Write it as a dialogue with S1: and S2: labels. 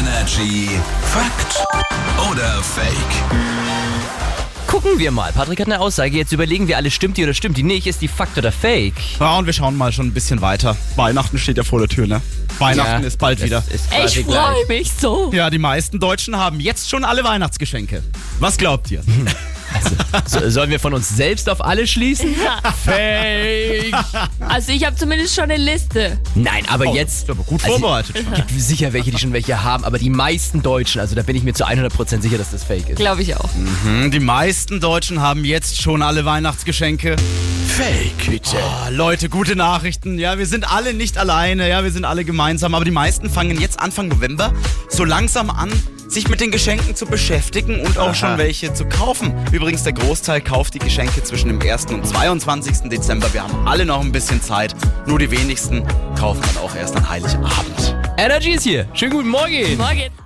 S1: Energy Fakt oder Fake?
S2: Gucken wir mal. Patrick hat eine Aussage. Jetzt überlegen wir alle, stimmt die oder stimmt die nicht? Ist die Fakt oder Fake?
S3: Ja, und wir schauen mal schon ein bisschen weiter. Weihnachten steht ja vor der Tür, ne? Weihnachten
S2: Ja,
S3: ist bald
S2: das
S3: wieder.
S2: Ist quasi
S4: Ich
S2: gleich.
S4: freue mich so.
S3: Ja, die meisten Deutschen haben jetzt schon alle Weihnachtsgeschenke. Was glaubt ihr?
S2: So, sollen wir von uns selbst auf alle schließen? Fake!
S4: Also ich habe zumindest schon eine Liste.
S2: Nein, aber jetzt.
S3: Oh, ist aber gut
S2: also,
S3: vorbereitet schon.
S2: gibt sicher welche, die schon welche haben, aber die meisten Deutschen, also da bin ich mir zu 100% sicher, dass das Fake ist.
S4: Glaube ich auch.
S2: Mhm.
S3: Hm, Die meisten Deutschen haben jetzt schon alle Weihnachtsgeschenke.
S1: Fake, bitte.
S3: Ah, Leute, gute Nachrichten. Ja, wir sind alle nicht alleine. Ja, wir sind alle gemeinsam. Aber die meisten fangen jetzt Anfang November so langsam an, sich mit den Geschenken zu beschäftigen und auch schon welche zu kaufen. Übrigens, der Großteil kauft die Geschenke zwischen dem 1. und 22. Dezember. Wir haben alle noch ein bisschen Zeit. Nur die wenigsten kaufen dann auch erst an Heiligabend.
S2: Energy ist hier. Schönen guten Morgen.
S4: Morgen.